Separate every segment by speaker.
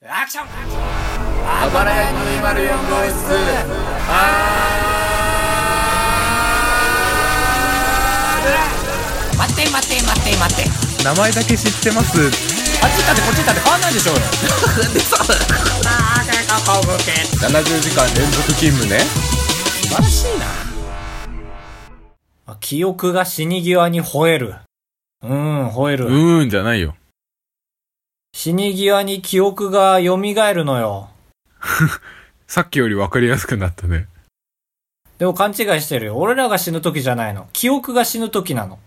Speaker 1: アクション
Speaker 2: あばらや204号室
Speaker 1: 待って待って待って待って
Speaker 3: 名前だけ知ってます
Speaker 1: あっち行ったってこっち行ったって変わんないでしょうよ
Speaker 3: 70時間連続勤務ね
Speaker 1: 素晴らしいなあ記憶が死に際に吠えるうーん吠える、
Speaker 3: うーんじゃないよ
Speaker 1: 死に際に記憶が蘇るのよ
Speaker 3: さっきより分かりやすくなったね
Speaker 1: でも勘違いしてるよ俺らが死ぬ時じゃないの記憶が死ぬ時なの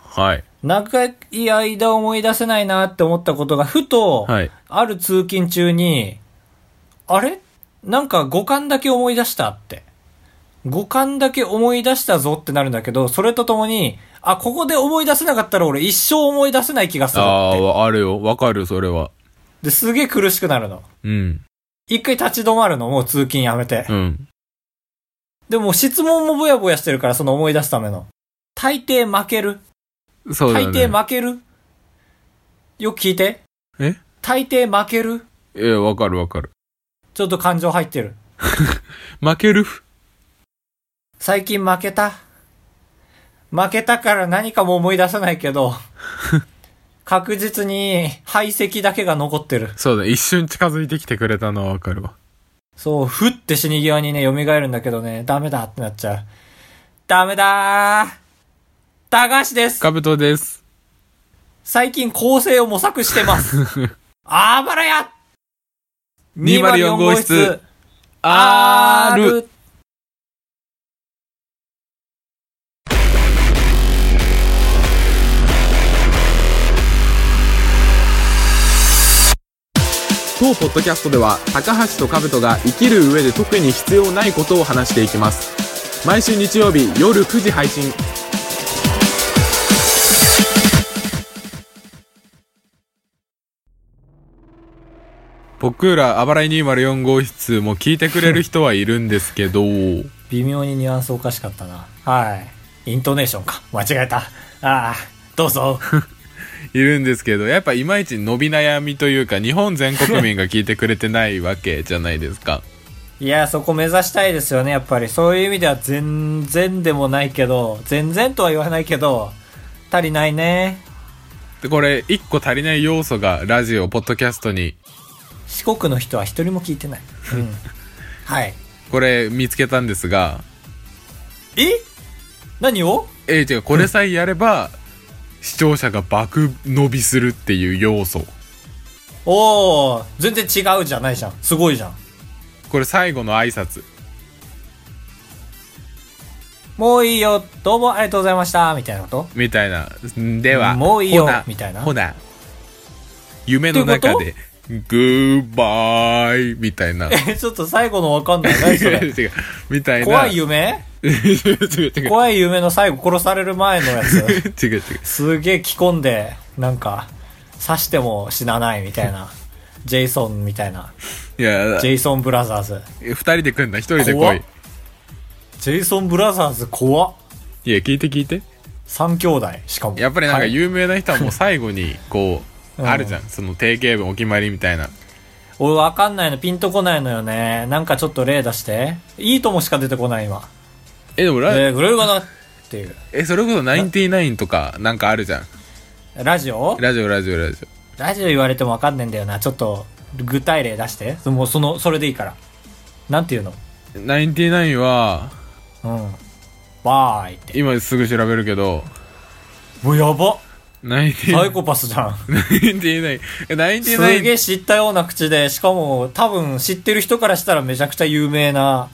Speaker 3: はい
Speaker 1: 長い間思い出せないなって思ったことがふと、
Speaker 3: はい
Speaker 1: ある通勤中に、あれなんか五感だけ思い出したって。五感だけ思い出したぞってなるんだけど、それとともに、あ、ここで思い出せなかったら俺一生思い出せない気がする
Speaker 3: あ
Speaker 1: って。
Speaker 3: ああるよ分かるそれは
Speaker 1: で、すげえ苦しくなるの。
Speaker 3: うん
Speaker 1: 一回立ち止まるの、もう通勤やめて。
Speaker 3: うん
Speaker 1: でも質問もぼやぼやしてるから、その思い出すための。大抵負ける。
Speaker 3: そうだ
Speaker 1: 大
Speaker 3: ね
Speaker 1: 抵負ける。よく聞いて。
Speaker 3: え
Speaker 1: 大抵負ける。
Speaker 3: ええ分かる分かる
Speaker 1: ちょっと感情入ってる。
Speaker 3: 負ける
Speaker 1: 最近負けた。負けたから何かも思い出さない けど、確実に排斥だけが残ってる。
Speaker 3: そうだ一瞬近づいてきてくれたのは分かるわ
Speaker 1: そう、ふって死に際にね、蘇るんだけどね、ダメだってなっちゃう。ダメだー高橋です
Speaker 3: カブトです
Speaker 1: 最近構成を模索してます。 あばらや
Speaker 3: 204号室
Speaker 1: R!
Speaker 2: 当ポッドキャストでは高橋と兜が生きる上で特に必要ないことを話していきます毎週日曜日夜9時配信
Speaker 3: 僕らあばらい204号室も聞いてくれる人はいるんですけ ど
Speaker 1: 微妙にニュアンスおかしかったな。はい。イントネーションか。間違えた。ああ、ど うぞ。
Speaker 3: いるんですけどやっぱいまいち伸び悩みというか日本全国民が聞いてくれてないわけじゃないですか
Speaker 1: いや、そこ目指したいですよね、やっぱり。そういう意味では全然でもないけど、全然とは言わないけど、足りないね。
Speaker 3: でこれ一個足りない要素がラジオポッドキャストに
Speaker 1: 四国の人は一人も聞いてない。うん。 はい。
Speaker 3: これ見つけたんですが
Speaker 1: え何を
Speaker 3: えー、違うこれさえやれば視聴者が爆伸びするっていう要素
Speaker 1: おー、全然違うじゃないじゃん。すごいじゃん。
Speaker 3: これ最後の挨拶
Speaker 1: もういいよ、どうもありがとうございました、みたいなこと
Speaker 3: みたいなうんでは
Speaker 1: もういいよ
Speaker 3: ほな
Speaker 1: みたいな
Speaker 3: ほな夢の中でグーバイみたいな
Speaker 1: え、ちょっと最後のわかんない。
Speaker 3: 違う
Speaker 1: 何そ
Speaker 3: 違
Speaker 1: れ。
Speaker 3: うみたいな
Speaker 1: 怖い夢
Speaker 3: 違う違う違う
Speaker 1: 怖い夢の最後殺される前のやつ
Speaker 3: 違う違う
Speaker 1: すげえ着込んでなんか刺しても死なないみたいなジェイソンみたいない
Speaker 3: や
Speaker 1: ジェイソンブラザーズ
Speaker 3: 二人で来んな一人で
Speaker 1: 怖
Speaker 3: 来
Speaker 1: っ
Speaker 3: い
Speaker 1: ジェイソンブラザーズ怖っ
Speaker 3: いや聞いて聞いて
Speaker 1: 3兄弟しかも
Speaker 3: やっぱりなんか
Speaker 1: はい
Speaker 3: 有名な人はもう最後にこう
Speaker 1: うん
Speaker 3: あるじゃんその定型文お決まりみたいな
Speaker 1: 俺わかんないのピンとこないのよねなんかちょっと例出していいともしか出てこない今
Speaker 3: えでもラ
Speaker 1: えー、グレーかなっていう
Speaker 3: えそれこそナインティナインとかなんかあるじゃん
Speaker 1: ラジオ
Speaker 3: ラジオラジオラジ
Speaker 1: ラジオ言われてもわかんねえんだよなちょっと具体例出してもうそのそれでいいからなんていうの
Speaker 3: オナインティナインは
Speaker 1: うんバーイって
Speaker 3: 今すぐ調べるけど
Speaker 1: もうやば
Speaker 3: ナインティナ
Speaker 1: サ
Speaker 3: イ
Speaker 1: イコパスじゃん。
Speaker 3: ンティナインえナインティ
Speaker 1: す
Speaker 3: ナイ
Speaker 1: げ
Speaker 3: ン
Speaker 1: え知ったような口で、しかも多分知ってる人からしたらめちゃくちゃ有名な、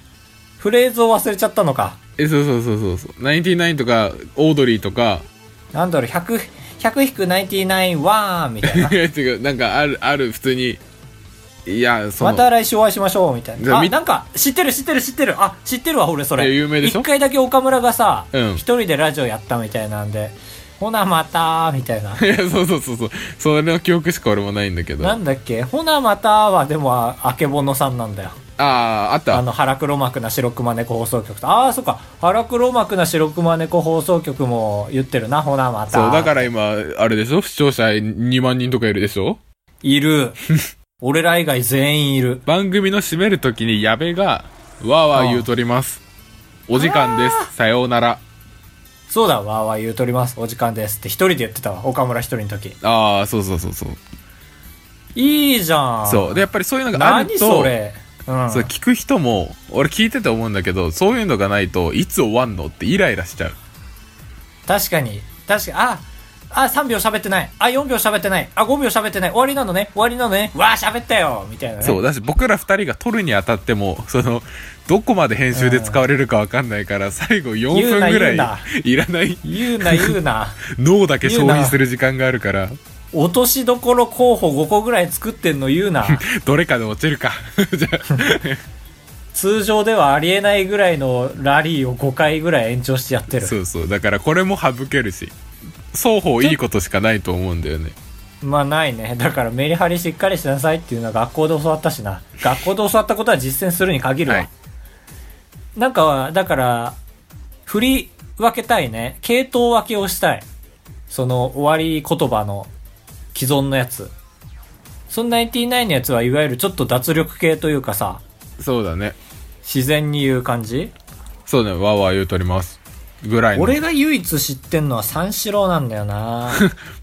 Speaker 1: フレーズを忘れちゃったのか。
Speaker 3: えそうそうそうそうそうナインティナインとかオードリーとか。
Speaker 1: なんだろう、100、100-99ワーンみたいな
Speaker 3: 違う違 うなんかあるある普通にいやその
Speaker 1: また来週お会いしましょうみたい
Speaker 3: じゃ
Speaker 1: な。
Speaker 3: あ
Speaker 1: あ、
Speaker 3: み
Speaker 1: なんか、知ってる知ってる知ってる。あ、知ってるわ、俺それ。
Speaker 3: え有名でしょ
Speaker 1: 一回だけ岡村がさ、一、
Speaker 3: うん
Speaker 1: 人でラジオやったみたいなんで、ほなまたーみたい
Speaker 3: 。
Speaker 1: な
Speaker 3: いやそうそうそうそうそれの記憶しか俺もないんだけど
Speaker 1: な
Speaker 3: あ
Speaker 1: んだっけほなまたーはでも、ああけぼのさんなんだよ。
Speaker 3: あーあった
Speaker 1: あの、腹黒幕な白熊猫放送局と、ああ、そっか、腹黒幕な白熊猫放送局も言ってるな、ほな、また。
Speaker 3: そうだから今あれでしょ視聴者2万人とかいるでしょ
Speaker 1: いる。 俺ら以外全員いる。
Speaker 3: 番組の締めるときに矢部が、わーわー言うとります。お時間です。さようなら。
Speaker 1: そうだ、わーわー言うとります。お時間です。って一人で言ってたわ。岡村一人の時。
Speaker 3: ああ、そうそうそうそう。
Speaker 1: いいじゃん。
Speaker 3: そう。で、やっぱりそういうのがある
Speaker 1: 何
Speaker 3: と、
Speaker 1: それ。うん。
Speaker 3: そう聞く人も、俺聞いてて思うんだけど、そういうのがないと、いつ終わんのってイライラしちゃう。
Speaker 1: 確かに。確かに。あ、あ、3秒喋ってない。あ、4秒喋ってない。あ、5秒喋ってない。終わりなのね。終わりなのね。わー、喋ったよみたいなね。
Speaker 3: そう。だし、僕ら二人が撮るにあたっても、その、どこまで編集で使われるかわかんないから、最後4
Speaker 1: 言うな
Speaker 3: 分ぐ
Speaker 1: 言う
Speaker 3: ら、
Speaker 1: ない
Speaker 3: いらない、
Speaker 1: 言うな、言う な。
Speaker 3: 脳だけ消費する時間があるから、
Speaker 1: 落としどころ候補5個ぐらい作ってんの言うな。
Speaker 3: どれかで落ちるか。 じゃあ、
Speaker 1: 通常ではありえないぐらいのラリーを5回ぐらい延長してやってる。
Speaker 3: そうそう。だからこれも省けるし、双方いいことしかないと思うんだよね。
Speaker 1: まあないね。 だからメリハリしっかりしなさいっていうのは学校で教わったしな。学校で教わったことは実践するに限るわ。
Speaker 3: はい
Speaker 1: なんか、だから、振り分けたいね。系統分けをしたい。その終わり言葉の既存のやつ。その99のやつはいわゆるちょっと脱力系というかさ、
Speaker 3: そうだね。
Speaker 1: 自然に言う感じ
Speaker 3: そうだね。わーわー言うとります。ぐらいの。
Speaker 1: 俺が唯一知ってんのは三四郎なんだよな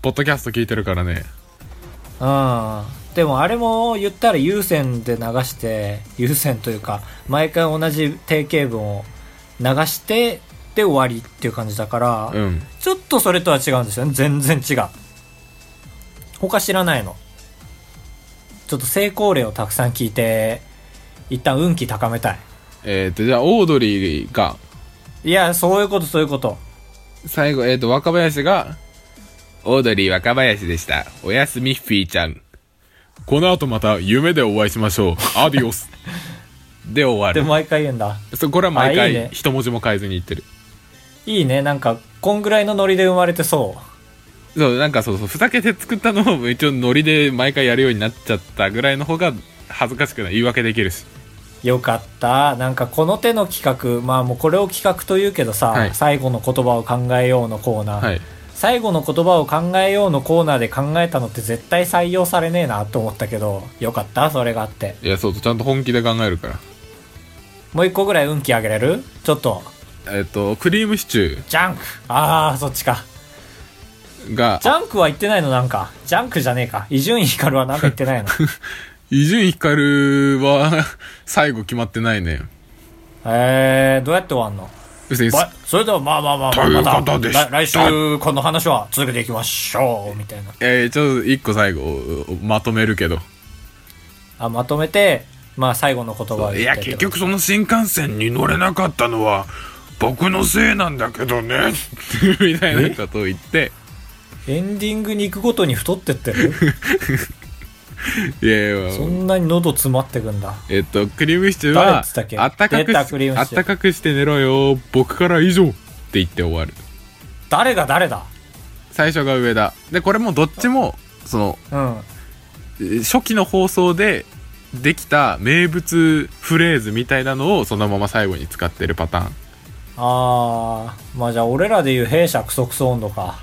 Speaker 3: ポッドキャスト聞いてるからね。
Speaker 1: うんでもあれも言ったら有線で流して有線というか毎回同じ定型文を流してで終わりっていう感じだから、
Speaker 3: うん。
Speaker 1: ちょっとそれとは違うんですよね全然違う他知らないのちょっと成功例をたくさん聞いて一旦運気高めたい
Speaker 3: えっ、と、じゃあ、オードリーが、
Speaker 1: いやそういうことそういうこと
Speaker 3: 最後、えっ、と、若林が、オードリー若林でした。おやすみ、フィーちゃん。この後また、夢でお会いしましょう。アディオ ス。で終わ
Speaker 1: で
Speaker 3: る。
Speaker 1: 毎回言うんだ
Speaker 3: そうこれは毎
Speaker 1: あいいね
Speaker 3: 回、一文字も変えずに言ってる。
Speaker 1: いいねなんかこんぐらいのノリで生まれてそう
Speaker 3: そう、なんかそうそう、ふざけて作ったのを一応ノリで毎回やるようになっちゃったぐらいの方が恥ずかしくない。言い訳できるし。
Speaker 1: よかった。なんかこの手の企画、まあもうこれを企画というけどさ、
Speaker 3: はい
Speaker 1: 最後の言葉を考えようのコーナー、
Speaker 3: はい。
Speaker 1: 最後の言葉を考えようのコーナーで考えたのって絶対採用されねえなと思ったけど、よかった、それがあって。
Speaker 3: いや、そうそう、ちゃんと本気で考えるから。
Speaker 1: もう一個ぐらい運気上げれるちょっと、
Speaker 3: えっ、と、クリームシチュ
Speaker 1: ジャンク。あー、そっちか。
Speaker 3: ーが
Speaker 1: ジ、ャンクは言ってないのなんか。ジャンクじゃねえか。伊集院光はなんか言ってな いの。
Speaker 3: 伊集院光は、最後決まってないね。
Speaker 1: えー、どうやって終わんの
Speaker 3: 別に、
Speaker 1: ばそれではまあまあまあまあ、また
Speaker 3: ということでした
Speaker 1: 来来週この話は続けていきましょう、みたいな。
Speaker 3: えー、ちょっと一個最後、まとめるけど。
Speaker 1: あまとめて、まあ、最後の言葉を言って
Speaker 4: いや
Speaker 1: って
Speaker 4: 結局その新幹線に乗れなかったのは僕のせいなんだけどね
Speaker 3: みたいなことを言って、
Speaker 1: エンディングに行くごとに太ってっ てる
Speaker 3: いやいや、
Speaker 1: そんなに喉詰まってくんだ
Speaker 3: えっと、クリームシチュー
Speaker 1: 誰っ
Speaker 3: は
Speaker 1: つったっ、け
Speaker 3: あったか
Speaker 1: 出
Speaker 3: く
Speaker 1: たクリーム
Speaker 3: し、あ
Speaker 1: シ
Speaker 3: っ
Speaker 1: チュー
Speaker 3: たかくして寝ろよ、僕から以上って言って終わる。
Speaker 1: 誰が誰だ
Speaker 3: 最初が上田。で、これもどっちも、その、
Speaker 1: うん
Speaker 3: えー初期の放送で、できた名物フレーズみたいなのをそのまま最後に使ってるパターン。
Speaker 1: あーまあじゃあ俺らで言う弊社クソクソ温度か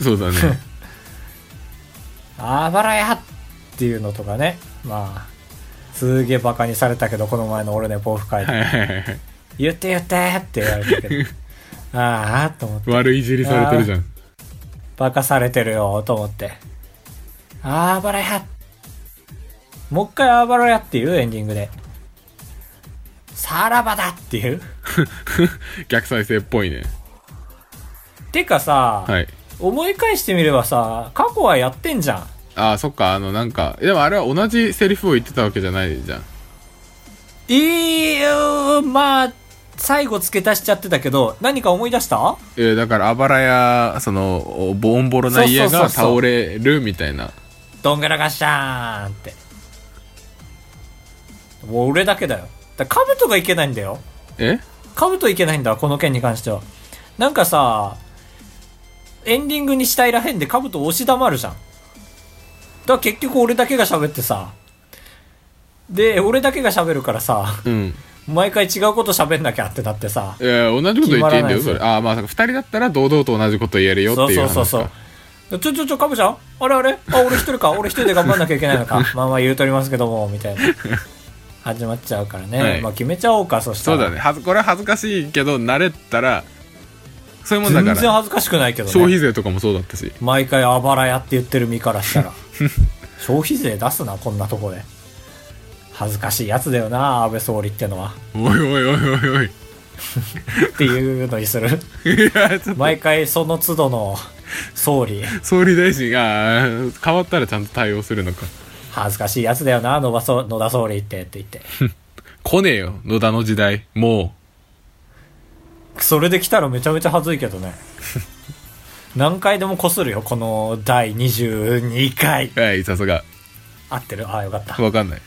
Speaker 3: そうだね。
Speaker 1: あばらやっていうのとかねまあすげえバカにされたけどこの前の俺ね抱負会で、
Speaker 3: はいはいはいはい。
Speaker 1: 言って言ってって言われたけ どああと思って
Speaker 3: 悪いじりされてるじゃん。
Speaker 1: バカされてるよと思ってあーばらやもう一回あーばらやっていうエンディングでさらばだっていう
Speaker 3: 逆再生っぽいね。
Speaker 1: てかさ、
Speaker 3: はい。
Speaker 1: 思い返してみればさ過去はやってんじゃん
Speaker 3: ああ、そっか、あの、なんか、でもあれは同じセリフを言ってたわけじゃないじゃん。
Speaker 1: いいよまあ最後付け足しちゃってたけど何か思い出した
Speaker 3: えーだから、あばらや、その、おボンボロな家
Speaker 1: そうそう
Speaker 3: が
Speaker 1: そうそう
Speaker 3: 倒れるみたいな。
Speaker 1: どんがらがっしゃーんってもう俺だけだよだから兜がいけないんだよ
Speaker 3: え
Speaker 1: かぶといけないんだこの件に関してはなんかさエンディングにしたいらへんでかぶと押し黙るじゃんだから結局俺だけが喋ってさで俺だけが喋るからさ
Speaker 3: うん。
Speaker 1: 毎回違うこと喋んなきゃってなってさ
Speaker 3: えー同じこと言っていいんだよ、
Speaker 1: 決まらないです
Speaker 3: それ。ああ、まあ、二人だったら堂々と同じこと言えるよって
Speaker 1: そう
Speaker 3: いう
Speaker 1: そう
Speaker 3: 話
Speaker 1: そ
Speaker 3: か。
Speaker 1: うそうちょちょちょ、かぶちゃんあれあれあ、俺一人か。俺一人で頑張んなきゃいけない のか。まあまあ言うとりますけども、みたいな。始まっちゃうからね。
Speaker 3: はい
Speaker 1: まあ決めちゃおうか、そした
Speaker 3: そ
Speaker 1: ら。
Speaker 3: うだね。はずこれは恥ずかしいけど、慣れたら、そういうもんだ
Speaker 1: 全
Speaker 3: から。
Speaker 1: 然恥ずかしくないけどね。
Speaker 3: 消費税とかもそうだったし。
Speaker 1: 毎回あばらやって言ってる身からしたら消費税出すなこんなとこで恥ずかしいやつだよな安倍総理ってのは
Speaker 3: おいおいおいおいおい。
Speaker 1: っていうのにする
Speaker 3: いや、ちょっと、
Speaker 1: 毎回その都度の総理
Speaker 3: 総理大臣があー変わったらちゃんと対応するのか。
Speaker 1: 恥ずかしいやつだよな野田そ野田総理ってって言って
Speaker 3: 来ねえよ、野田の時代。も
Speaker 1: それで来たらめちゃめちゃ恥ずいけどね何回でもこするよこの第22回
Speaker 3: う。はい、さすが。
Speaker 1: 合ってるああよかった
Speaker 3: わかんない。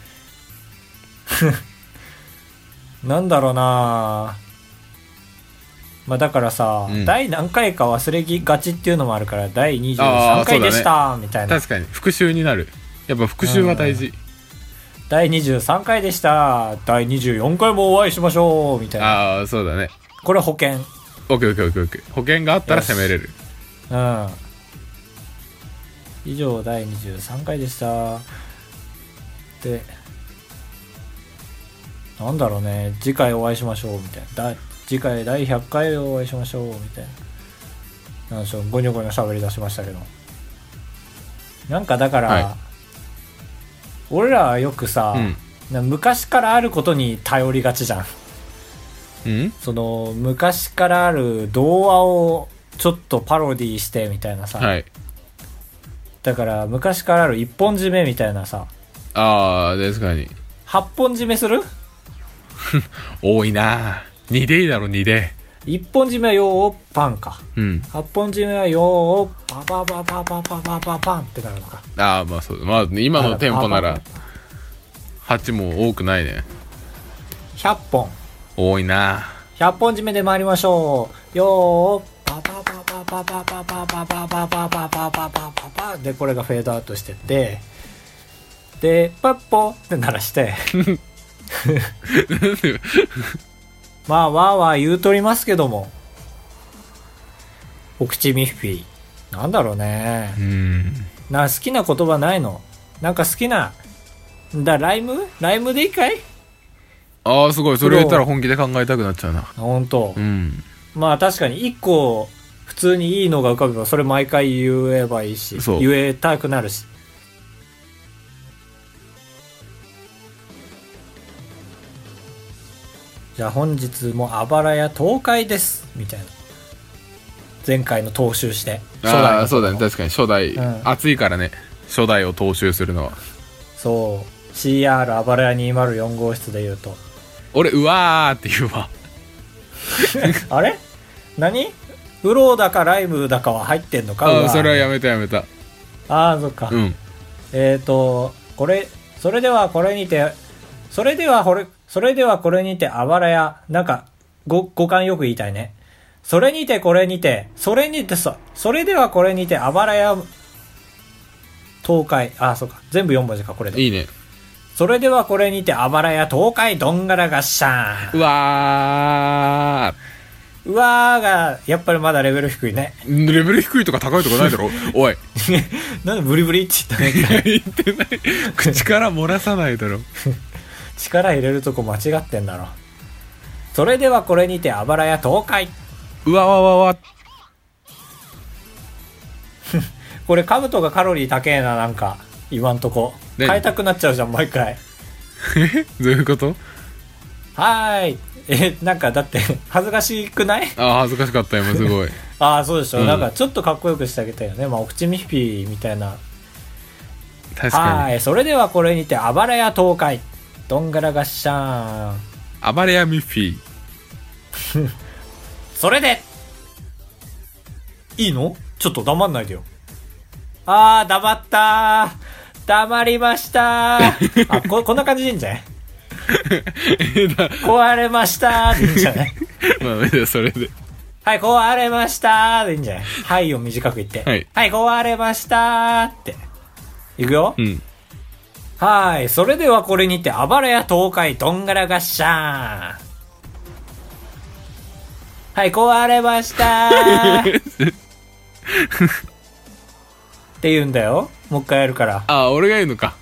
Speaker 1: なんだろうなまあだからさ、
Speaker 3: うん
Speaker 1: 第何回か忘れがちっていうのもあるから第
Speaker 3: あー
Speaker 1: 23回でした、みたいな
Speaker 3: 確かに、復習になる。やっぱ復習は大事。
Speaker 1: 第23回でした第24回もお会いしましょうみたいな
Speaker 3: ああ、そうだね。
Speaker 1: これ保険うん
Speaker 3: オッケーオッケーオッケーオッケー。保険があったら攻めれる。
Speaker 1: 以上第23回でしたでなんだろうね次回お会いしましょうみたいなだ次回第100回でお会いしましょうみたいななんでしょうゴニョゴニョ喋り出しましたけどなんかだから、
Speaker 3: はい
Speaker 1: 俺らはよくさ、
Speaker 3: うん
Speaker 1: な昔からあることに頼りがちじゃん
Speaker 3: うん
Speaker 1: その昔からある童話をちょっとパロディしてみたいなさ、
Speaker 3: はい。
Speaker 1: だから昔からある一本締めみたいなさ
Speaker 3: ああ、確かに。
Speaker 1: 八本締めする
Speaker 3: 多いなあ2でいいだろ、2で。
Speaker 1: 一本締めはよーパンか
Speaker 3: うん。
Speaker 1: 八本締めはよーパパパパパパパパパンってなるのか
Speaker 3: ああ、まあそうだ。まあ、今のテンポな
Speaker 1: パ
Speaker 3: ら
Speaker 1: パ、
Speaker 3: 8も多くないね。
Speaker 1: 100本
Speaker 3: 多いなあ
Speaker 1: 100本締めで参りましょうよーパパパパパパパパパパパパパパパパパパでこれがフェードアウトしてってでパッポって鳴らしてまあわーわー言うとりますけどもお口ミッフィーなんだろうね
Speaker 3: うん。
Speaker 1: な好きな言葉ないのなんか好きなだライムライムでいいかい
Speaker 3: ああ、すごい。それ言ったら本気で考えたくなっちゃうな。
Speaker 1: あ本当
Speaker 3: うん。
Speaker 1: まあ確かに一個普通にいいのが浮かべばそれ毎回言えばいいし
Speaker 3: そう
Speaker 1: 言えたくなるしじゃあ本日もあばらや東海ですみたいな前回の踏襲して
Speaker 3: ああ、そうだね。
Speaker 1: ね
Speaker 3: 確かに、初代、
Speaker 1: うん
Speaker 3: 暑いからね。初代を踏襲するのは。
Speaker 1: そう CR あばらや204号室で言うと
Speaker 3: 俺、うわーって言うわ。
Speaker 1: あれ何ウローだかライムだかは入ってんのか
Speaker 3: あ
Speaker 1: う
Speaker 3: あ、
Speaker 1: わ
Speaker 3: それはやめたやめた。
Speaker 1: ああそっか、
Speaker 3: うん。
Speaker 1: えー、と、これ、それではこれにて、それではこれ、それではこれにて、あばらや、なんか、ご、五感よく言いたいね。それにてこれにて、それにてそ、それではこれにて、あばらや、東海、あ、そうか。全部4文字か、これで。
Speaker 3: いいね。
Speaker 1: それではこれにて、あばらや、東海、どんがらがっしゃー
Speaker 3: うわ
Speaker 1: ん。うわーが、やっぱりまだレベル低いね。
Speaker 3: ーんレベル低いとか高いとかないだ ろおい。
Speaker 1: なんでブリブリって言った ね。
Speaker 3: 言ってない。口から漏らさないだろ。
Speaker 1: 力入れるとこ間違ってんだろ。それではこれにて、あばらや、東海。
Speaker 3: うわわわわ。
Speaker 1: これカブトがカロリー高えななんか今んとこ
Speaker 3: ね
Speaker 1: 変えたくなっちゃうじゃん毎回
Speaker 3: え どういうこと
Speaker 1: はーいえなんかだって恥ずかしくない
Speaker 3: ああ、恥ずかしかった、今、すごい。
Speaker 1: ああそうでしょ、
Speaker 3: うん
Speaker 1: なんかちょっとかっこよくしてあげたよねまあお口ミッフィーみたいな
Speaker 3: 確
Speaker 1: は
Speaker 3: かに。
Speaker 1: ーいそれではこれにてあばらや東海どんがらがっしゃーん
Speaker 3: 暴れ屋ミッフィー。
Speaker 1: それでいいのちょっと黙んないでよああ黙ったー黙りましたーあここんな感じでいいんじゃない壊れましたーでいいんじゃない
Speaker 3: まあ、それで。
Speaker 1: はい、壊れましたーでいいんじゃないはいを短く言って。
Speaker 3: はい
Speaker 1: 壊れましたーって。いくよ。
Speaker 3: うん。
Speaker 1: はーい、それではこれにて、あばらや東海どんがらがっしゃーん。はい、壊れましたー。って言うんだよ。もう一回やるから。
Speaker 3: あ、俺が言うのか。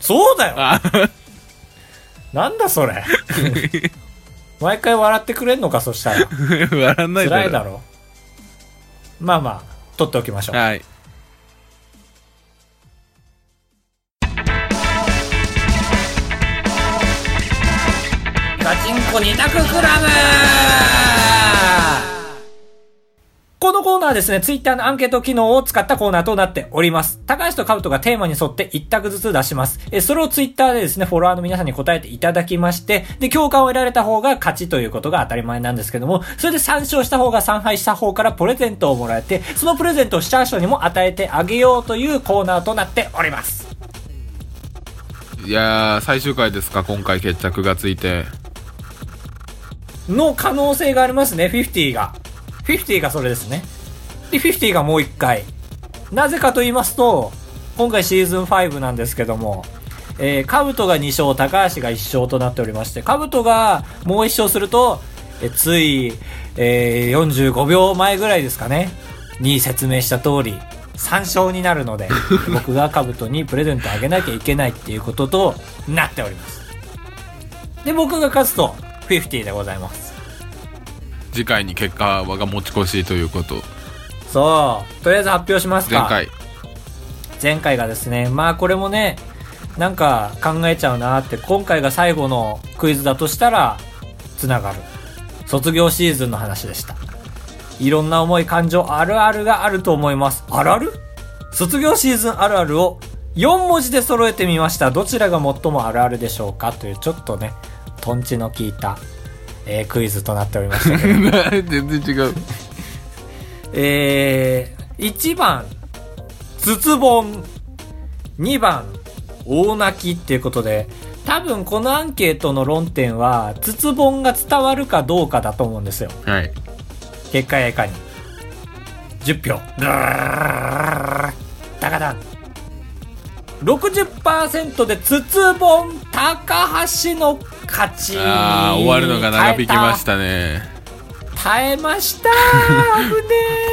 Speaker 1: そうだよ
Speaker 3: あ、
Speaker 1: なんだそれ毎回笑ってくれんのか、そ したら。
Speaker 3: 笑んないだろ。
Speaker 1: 辛いだろ。まあまあ、取っておきましょう。
Speaker 3: はい。
Speaker 1: ガチンコ二択クラブこのコーナーはですね、ツイッターのアンケート機能を使ったコーナーとなっております。高橋とカブトがテーマに沿って1択ずつ出します。え、それをツイッターでですね、フォロワーの皆さんに答えていただきまして、で、共感を得られた方が勝ちということが当たり前なんですけども、それで3勝した方が3敗した方からプレゼントをもらえて、そのプレゼントを視聴者にも与えてあげようというコーナーとなっております。
Speaker 3: いやー、最終回ですか、今回決着がついて。
Speaker 1: の可能性がありますね、50が。50がそれですね。で、50がもう一回。なぜかと言いますと、今回シーズン5なんですけども、えー、カブトが2勝、高橋が1勝となっておりまして、カブトがもう1勝すると、えーつい、えー45秒前ぐらいですかね、に説明した通り、3勝になるので、僕がカブトにプレゼントあげなきゃいけないっていうこととなっております。で、僕が勝つと、50でございます。
Speaker 3: 次回に結果はが持ち越しということ。
Speaker 1: そう。とりあえず発表しますか。
Speaker 3: 前回。
Speaker 1: 前回がですね、まあこれもね、なんか考えちゃうなって、今回が最後のクイズだとしたら、つながる。卒業シーズンの話でした。いろんな思い、感情、あるあるがあると思います。あるある卒業シーズンあるあるを4文字で揃えてみました。どちらが最もあるあるでしょうかという、ちょっとね、トンチの効いた、えークイズとなっておりましたけ ど
Speaker 3: 全然違う。
Speaker 1: えー、1番、筒本。2番、大泣きっていうことで、多分このアンケートの論点は、筒本が伝わるかどうかだと思うんですよ。
Speaker 3: はい。
Speaker 1: 結果やいかに。10票。ぐーダカダン。60%で筒本高橋の勝ち。
Speaker 3: あー、終わるのが長引きましたね。
Speaker 1: 耐えた。耐えましたー。危ね ー。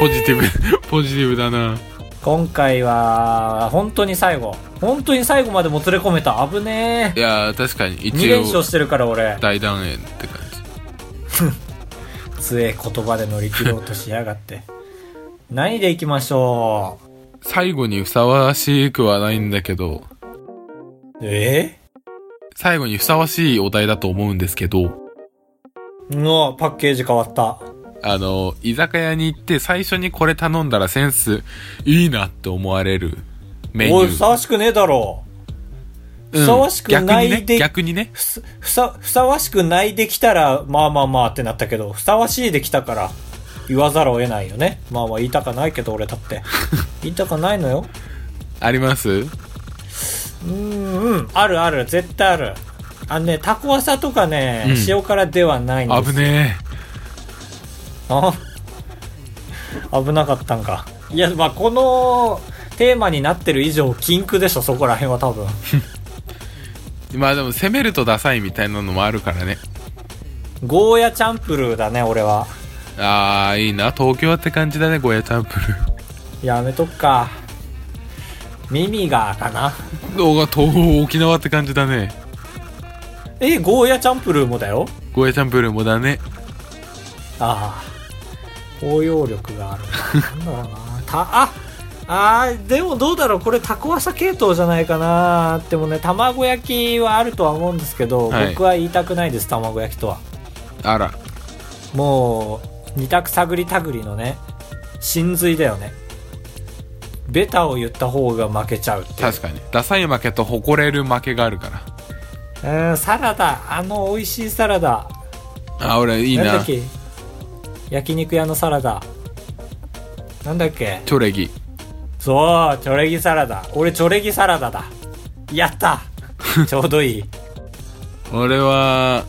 Speaker 3: ポジティブ、ポジティブだな。
Speaker 1: 今回は本当に最後本当に最後までもつれ込めた危ね
Speaker 3: いやー、確かに
Speaker 1: え2
Speaker 3: 一
Speaker 1: 連勝
Speaker 3: 応、
Speaker 1: してるから俺
Speaker 3: 大団円って感じ。
Speaker 1: 強え言葉で乗り切ろうとしやがって何でいきましょ
Speaker 3: 最後にふさわしくはないんだけど、
Speaker 1: うえ
Speaker 3: 最後にふさわしいお題だと思うんですけど、
Speaker 1: のパッケージ変わった
Speaker 3: あの、居酒屋に行って最初にこれ頼んだらセンスいいなって思われるメニ
Speaker 1: おい
Speaker 3: ュ
Speaker 1: ふ
Speaker 3: ー。
Speaker 1: さわしくねえだろ
Speaker 3: うん
Speaker 1: ふさわしくないで
Speaker 3: 逆にね。逆にね
Speaker 1: ふすふさふさわしくないできたらまあまあまあってなったけどふさわしいできたから言わざるを得ないよねまあまあ言いたかないけど俺だって 言いたかないのよ
Speaker 3: あります
Speaker 1: うんうんあるある絶対あるあのねタコワサとかね、
Speaker 3: うん
Speaker 1: 塩辛ではないんです
Speaker 3: 危ね
Speaker 1: あ危なかったんかいやまあこのテーマになってる以上禁句でしょそこら辺は多分
Speaker 3: え。まあでも攻めるとダサいみたいなのもあるからね。
Speaker 1: ゴーヤチャンプルーだね俺は
Speaker 3: あー、いいな。東京って感じだね、ゴーヤチャンプ
Speaker 1: やめとくか耳がかな
Speaker 3: ルー。おが東沖縄って感じだね。
Speaker 1: えゴーヤチャンプルーもだよ
Speaker 3: ゴーヤチャンプルーもだね。
Speaker 1: ああ包容力が あるななんだろうなたああーでもどうだろうこれタコワサ系統じゃないかなでもね卵焼きはあるとは思うんですけど、
Speaker 3: はい
Speaker 1: 僕は言いたくないです卵焼きとは
Speaker 3: あら。
Speaker 1: もう二択探り探りのね真髄だよねベタを言った方が負けちゃうっていう
Speaker 3: 確かに。ダサい負けと誇れる負けがあるから。
Speaker 1: うんサラダあの美味しいサラダ
Speaker 3: あー、俺いい
Speaker 1: なんだ
Speaker 3: な
Speaker 1: っ。け焼肉屋のサラダなんだっけ
Speaker 3: チョレギ。
Speaker 1: そう、チョレギサラダ。俺、チョレギサラダだ。やった ちょうどいい。
Speaker 3: 俺は、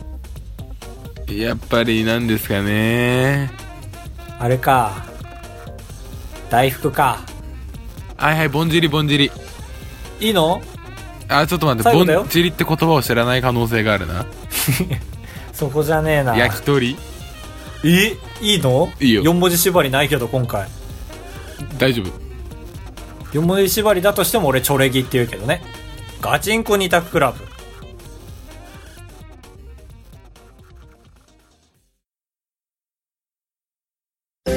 Speaker 3: やっぱりなんですかね。
Speaker 1: あれか。大福か。
Speaker 3: はいはい、ぼんじりぼんじり。
Speaker 1: いいの
Speaker 3: あ、ちょっと待って、
Speaker 1: 最
Speaker 3: ぼ
Speaker 1: 後だよ
Speaker 3: んじりって言葉を知らない可能性があるな。
Speaker 1: そこじゃねえな。
Speaker 3: 焼き鳥
Speaker 1: えいいの
Speaker 3: いいよ
Speaker 1: 4文字縛りないけど、今回。
Speaker 3: 大丈夫。
Speaker 1: よもぎ縛りだとしても俺チョレギって言うけどねガチンコ二択クラブ高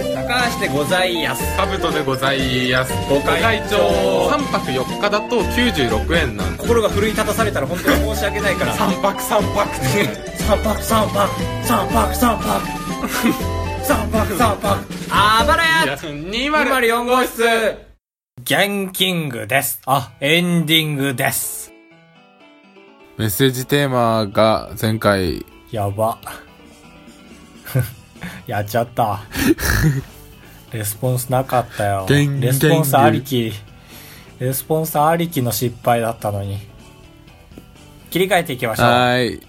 Speaker 1: 橋でございやす
Speaker 2: カブトでございやす。ご会長。3泊4日だと96円なんで
Speaker 1: 心が奮い立たされたら本当に申し訳ないから三泊三泊三泊三泊三泊三泊三泊三泊あばらや
Speaker 2: す。204号室
Speaker 1: ギャンキングですあエンディングです
Speaker 3: メッセージテーマが前回、
Speaker 1: やば やっちゃったレスポンスなかったよ
Speaker 3: ギャンキング
Speaker 1: レスポンスありきレスポンスありきの失敗だったのに切り替えていきましょう
Speaker 3: はい。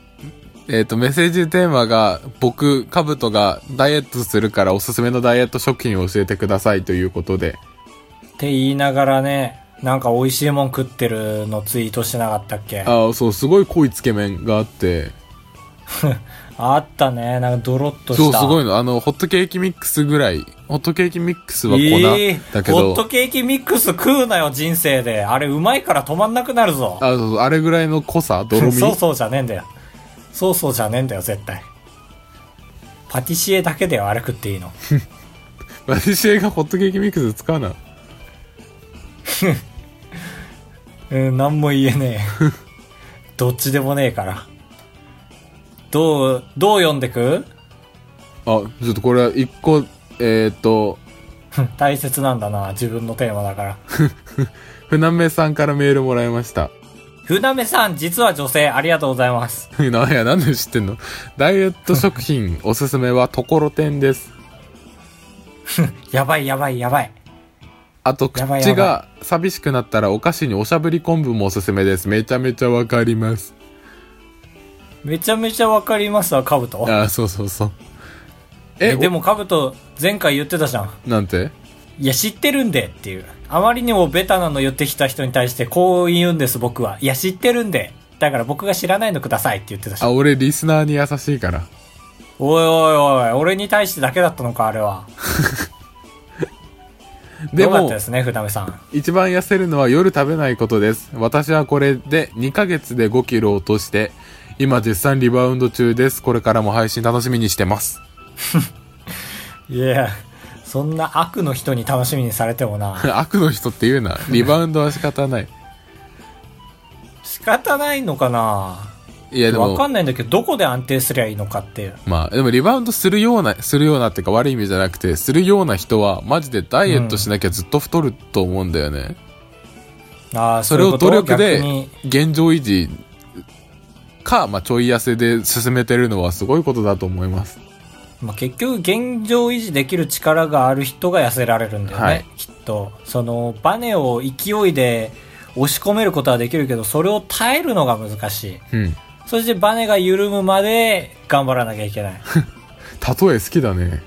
Speaker 3: えっ、と、メッセージテーマが、僕、カブトがダイエットするからおすすめのダイエット食品を教えてくださいということで。
Speaker 1: って言いながらね、なんか美味しいもん食ってるのツイートしてなかったっけあ
Speaker 3: ああ、そう、すごい濃いつけ麺があって、
Speaker 1: ったね。なんかドロッと
Speaker 3: そ
Speaker 1: し
Speaker 3: う、
Speaker 1: た。
Speaker 3: すごいの。あの、ホットケーキミックスぐらい。ホットケーキミックスは粉
Speaker 1: ええ
Speaker 3: だけ
Speaker 1: ホ
Speaker 3: ど
Speaker 1: ッ、トケーキミックス食うなよ、人生で。あれうまいから止まんなくなるぞ。
Speaker 3: あそうそうあれぐらいの濃 さ、とろみ。
Speaker 1: そうそうじゃねえんだよ。そうそうじゃねえんだよ、絶対。パティシエだけだよ、あれ食っていいの。
Speaker 3: 私がホットケーキミックス使うな。
Speaker 1: うん、なんも言え ねえ。どっちでもねえから。どう、どう読んでく
Speaker 3: あ、ちょっとこれは一個、えっ、と、
Speaker 1: 大切なんだな、自分のテーマだから。
Speaker 3: 船目さんからメールもらいました。
Speaker 1: 船目さん、実は女性、ありがとうございます。
Speaker 3: なんや、なんで知ってんのダイエット食 品おすすめはところてんです。
Speaker 1: やばいやばいやばい。
Speaker 3: あと、
Speaker 1: やばい
Speaker 3: 口が寂しくなったらお菓子におしゃぶり昆布もおすすめです。めちゃめちゃわかります。
Speaker 1: めちゃめちゃわかりますわ、カブト。
Speaker 3: あ、そうそうそう。え、
Speaker 1: え、でもカブト、前回言ってたじゃん。
Speaker 3: おなんて
Speaker 1: いや、知ってるんでっていう。あまりにもベタなの言ってきた人に対して、こう言うんです、僕は。いや、知ってるんで。だから僕が知らないのくださいって言ってたじゃん。
Speaker 3: あ、俺リスナーに優しいから。
Speaker 1: おいおいおい、俺に対してだけだったのか、あれは。
Speaker 3: で
Speaker 1: よかっ
Speaker 3: も
Speaker 1: たで、すね、船目さん。
Speaker 3: 一番痩せるのは夜食べないことです。私はこれで2ヶ月で5キロ落として、今絶賛リバウンド中です。これからも配信楽しみにしてます。
Speaker 1: いや、そんな悪の人に楽しみにされてもな。
Speaker 3: 悪の人って言うな。リバウンドは仕方ない。
Speaker 1: 仕方ないのかない
Speaker 3: やで
Speaker 1: わ
Speaker 3: も
Speaker 1: か、んないんだけど、どこで安定すりゃいいのかっていう。
Speaker 3: まあ、でもリバウンドするような、するようなっていうか悪い意味じゃなくて、するような人は、マジでダイエットしなきゃずっと太ると思うんだよね。
Speaker 1: ああ、
Speaker 3: それを努力
Speaker 1: そういうことを逆に
Speaker 3: で、現状維持か、まあ、ちょい痩せで進めてるのはすごいことだと思います。
Speaker 1: まあ、結局現状維持できる力がある人が痩せられるんだよね、
Speaker 3: はい
Speaker 1: きっとそのバネを勢いで押し込めることはできるけどそれを耐えるのが難しい
Speaker 3: うん。
Speaker 1: そしてバネが緩むまで頑張らなきゃいけない
Speaker 3: 例え好きだ ね。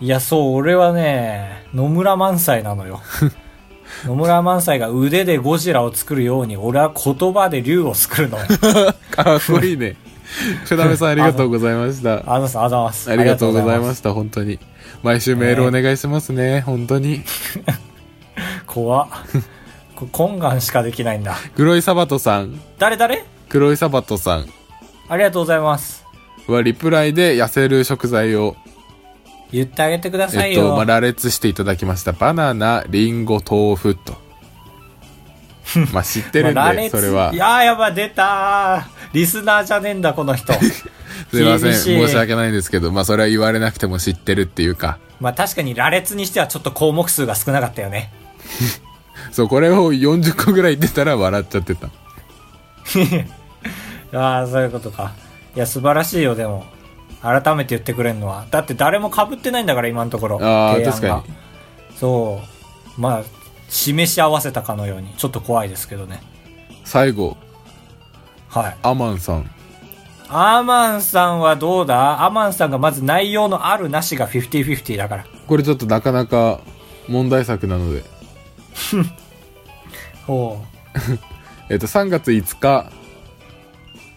Speaker 1: いやそう俺はね野村萬斎な のよ野村萬斎が腕でゴジラを作るように俺は言葉で竜を 作るのよ
Speaker 3: かっこいいね。船目さんありがとうございました。
Speaker 1: あのさあざます
Speaker 3: ありがとうござい
Speaker 1: す
Speaker 3: ました、本当に。毎週メールお願いしますね、本当に。
Speaker 1: 怖っこ懇願しかできないんだ
Speaker 3: 黒井サバトさん、
Speaker 1: 誰誰
Speaker 3: 黒井サバトさん
Speaker 1: ありがとうございます
Speaker 3: はリプライで痩せる食材を、
Speaker 1: 言ってあげてくださ
Speaker 3: え
Speaker 1: い
Speaker 3: っと、
Speaker 1: よ。
Speaker 3: まあ、羅列していただきました。バナナ、リンゴ、豆腐と。まあ、知ってるん
Speaker 1: まあ羅
Speaker 3: で、
Speaker 1: 列。
Speaker 3: それはい
Speaker 1: やーやばい、出たー。リスナーじゃねえんだ、この人。
Speaker 3: すいません、
Speaker 1: 厳しい
Speaker 3: 申し訳ないんですけど、まあ、それは言われなくても知ってるっていうか。
Speaker 1: まあ確かに羅列にしてはちょっと項目数が少なかったよね。
Speaker 3: そう、これを40個ぐらい出たら笑っちゃってた。
Speaker 1: ああ、そういうことか。いや、素晴らしいよ、でも。改めて言ってくれるのは。だって誰も被ってないんだから、今のところ。
Speaker 3: ああ、
Speaker 1: 提案が
Speaker 3: 確かに。
Speaker 1: そう。まあ、示し合わせたかのように。ちょっと怖いですけどね。
Speaker 3: 最後、
Speaker 1: はい。
Speaker 3: アマンさん。
Speaker 1: アーマンさんはどうだアーマンさんがまず内容のあるなしが50-50だから。
Speaker 3: これちょっとなかなか問題作なので、
Speaker 1: ほう。
Speaker 3: えっと3月5日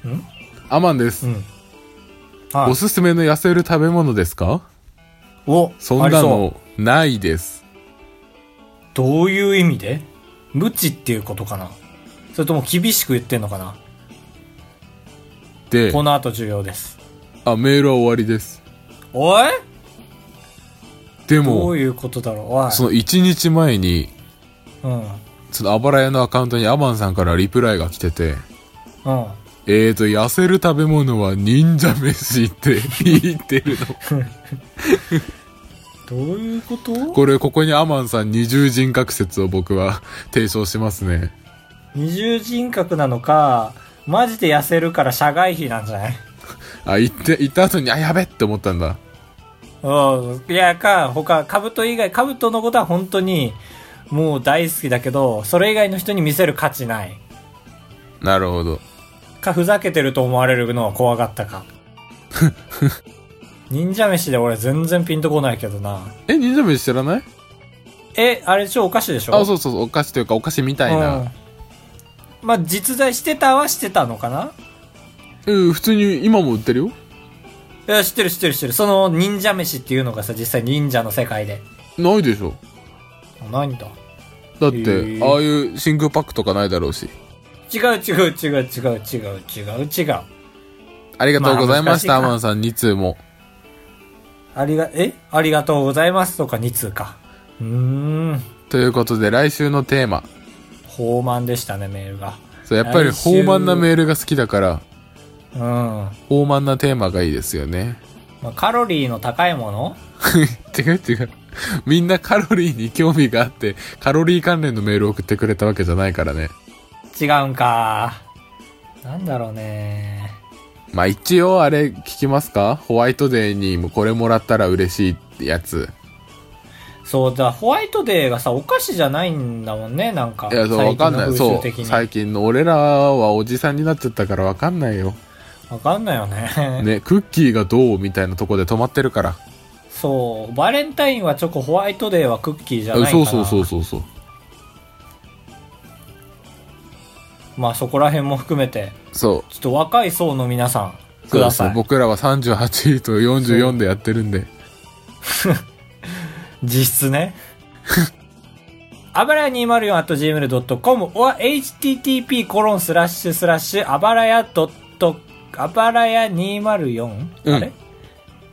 Speaker 1: ん
Speaker 3: アマンです、
Speaker 1: うん。はい
Speaker 3: おすすめの痩せる食べ物ですか
Speaker 1: お、
Speaker 3: そん
Speaker 1: あり
Speaker 3: な
Speaker 1: そ
Speaker 3: のないです
Speaker 1: うどういう意味で無知っていうことかなそれとも厳しく言ってんのかな
Speaker 3: で、
Speaker 1: この後重要です。
Speaker 3: あ、メールは終わりです。
Speaker 1: おい
Speaker 3: で
Speaker 1: どう
Speaker 3: も、
Speaker 1: いうことだろうおい。
Speaker 3: その1日前に、
Speaker 1: うん。うん。
Speaker 3: そのあばら屋のアカウントにアマンさんからリプライが来てて、えーと、痩せる食べ物は忍者飯って言ってる の。
Speaker 1: どういうこと
Speaker 3: これ、ここにアマンさん二重人格説を僕は提唱しますね。
Speaker 1: 二重人格なのか、マジで痩せるから社外費なんじゃない
Speaker 3: あ、言って、言った後に、あ、やべって思ったんだ。
Speaker 1: うん。いや、か、他、カブト以外、カブトのことは本当に、もう大好きだけど、それ以外の人に見せる価値ない。
Speaker 3: なるほど。
Speaker 1: か、ふざけてると思われるのは怖かっ たか。忍者飯で俺全然ピンとこないけどな。
Speaker 3: え、忍者飯知らない
Speaker 1: え、あれでしょお菓子でしょ
Speaker 3: あ、そうそうそう、お菓子というかお菓子みたい
Speaker 1: うん
Speaker 3: な。
Speaker 1: まあ、実在してたはしてたのかな
Speaker 3: うん、普通に今も売ってるよ。
Speaker 1: いや、知ってる知ってる知ってる。その忍者飯っていうのがさ、実際忍者の世界で。
Speaker 3: ないでしょ。
Speaker 1: あないんだ。
Speaker 3: だって、
Speaker 1: へー
Speaker 3: ああいう真空パックとかないだろうし。
Speaker 1: 違う違う違う違う違う違う違う。
Speaker 3: ありがとうございました、
Speaker 1: まあ
Speaker 3: ア
Speaker 1: 難しいか
Speaker 3: マンさん2通も。
Speaker 1: ありが、えありがとうございますとか2通か。うーん。
Speaker 3: ということで、来週のテーマ。
Speaker 1: 豊満でしたね、メールが。
Speaker 3: そう、やっぱり
Speaker 1: 来週
Speaker 3: 豊満なメールが好きだから、
Speaker 1: うん。ま
Speaker 3: 豊満なテーマがいいですよね。
Speaker 1: あ、カロリーの高いもの
Speaker 3: 違う違う。みんなカロリーに興味があって、カロリー関連のメールを送ってくれたわけじゃないからね。
Speaker 1: 違うんか。なんだろうね。
Speaker 3: まあ一応あれ聞きますかホワイトデーにもこれもらったら嬉しいってやつ。
Speaker 1: そうだ、ホワイトデーがさ、お菓子じゃないんだもんね、なんか。
Speaker 3: いや、そう、わ
Speaker 1: 最
Speaker 3: か
Speaker 1: 近
Speaker 3: ん
Speaker 1: の
Speaker 3: ない。
Speaker 1: 風
Speaker 3: そ
Speaker 1: 習的
Speaker 3: う。
Speaker 1: に
Speaker 3: 最近の俺らはおじさんになっちゃったからわかんないよ。
Speaker 1: わかんないよね。
Speaker 3: ね、クッキーがどうみたいなとこで止まってるから。
Speaker 1: そう、バレンタインはチョコ、ホワイトデーはクッキーじゃないかな。
Speaker 3: そうそうそうそうそう。
Speaker 1: まあそこら辺も含めて、
Speaker 3: そう。
Speaker 1: ちょっと若い層の皆さん、
Speaker 3: そ
Speaker 1: く
Speaker 3: うで
Speaker 1: だ
Speaker 3: す
Speaker 1: さい。
Speaker 3: 僕らは38と44でやってるんで。
Speaker 1: 実質ね。あばらや 204.gmail.com は http コロンスラッシュスラッシュあばらや .com あばらや 204?
Speaker 3: うん
Speaker 1: あれ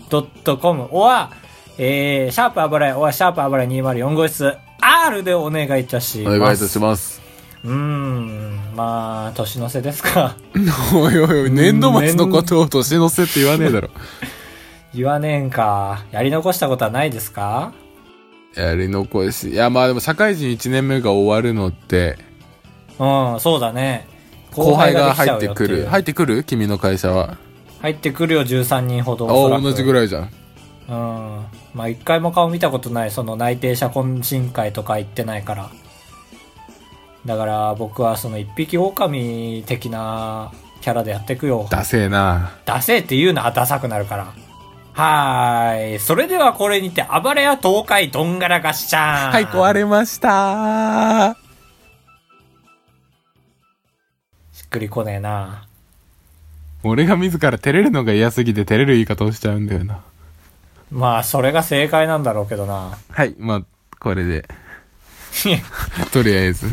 Speaker 1: ドットコムは、えー、シャープあばらや、はシャープあばらや204号室 R でお願いいたし
Speaker 3: お
Speaker 1: ます。
Speaker 3: 願いいたします。
Speaker 1: うーん、まあ、年の瀬ですか。
Speaker 3: おいおいおい、年度末のことを年の瀬って言わねえだ ろ。
Speaker 1: 言わねえんか。やり残したことはないですか
Speaker 3: やり残し。いや、まあでも社会人1年目が終わるのって、
Speaker 1: うん、そうだね。
Speaker 3: 後輩が入って
Speaker 1: できちゃうよ
Speaker 3: く
Speaker 1: い
Speaker 3: る。
Speaker 1: う
Speaker 3: 入ってくる君の会社は。
Speaker 1: 入ってくるよ、13人ほど。
Speaker 3: あ
Speaker 1: おそら
Speaker 3: あ、
Speaker 1: く
Speaker 3: 同じぐらいじゃん。
Speaker 1: うん。まあ、一回も顔見たことない、その内定者懇親会とか行ってないから。だから、僕はその一匹狼的なキャラでやってくよ。
Speaker 3: ダセえな。
Speaker 1: ダセえって言うな、ダサくなるから。はーい。それではこれにて、暴れや東海どんがらがしちゃーん。
Speaker 3: はい、壊れました
Speaker 1: しっくりこねえな。
Speaker 3: 俺が自ら照れるのが嫌すぎて照れる言い方をしちゃうんだよな。
Speaker 1: まあ、それが正解なんだろうけどな。
Speaker 3: はい、まあ、これで。とりあえず。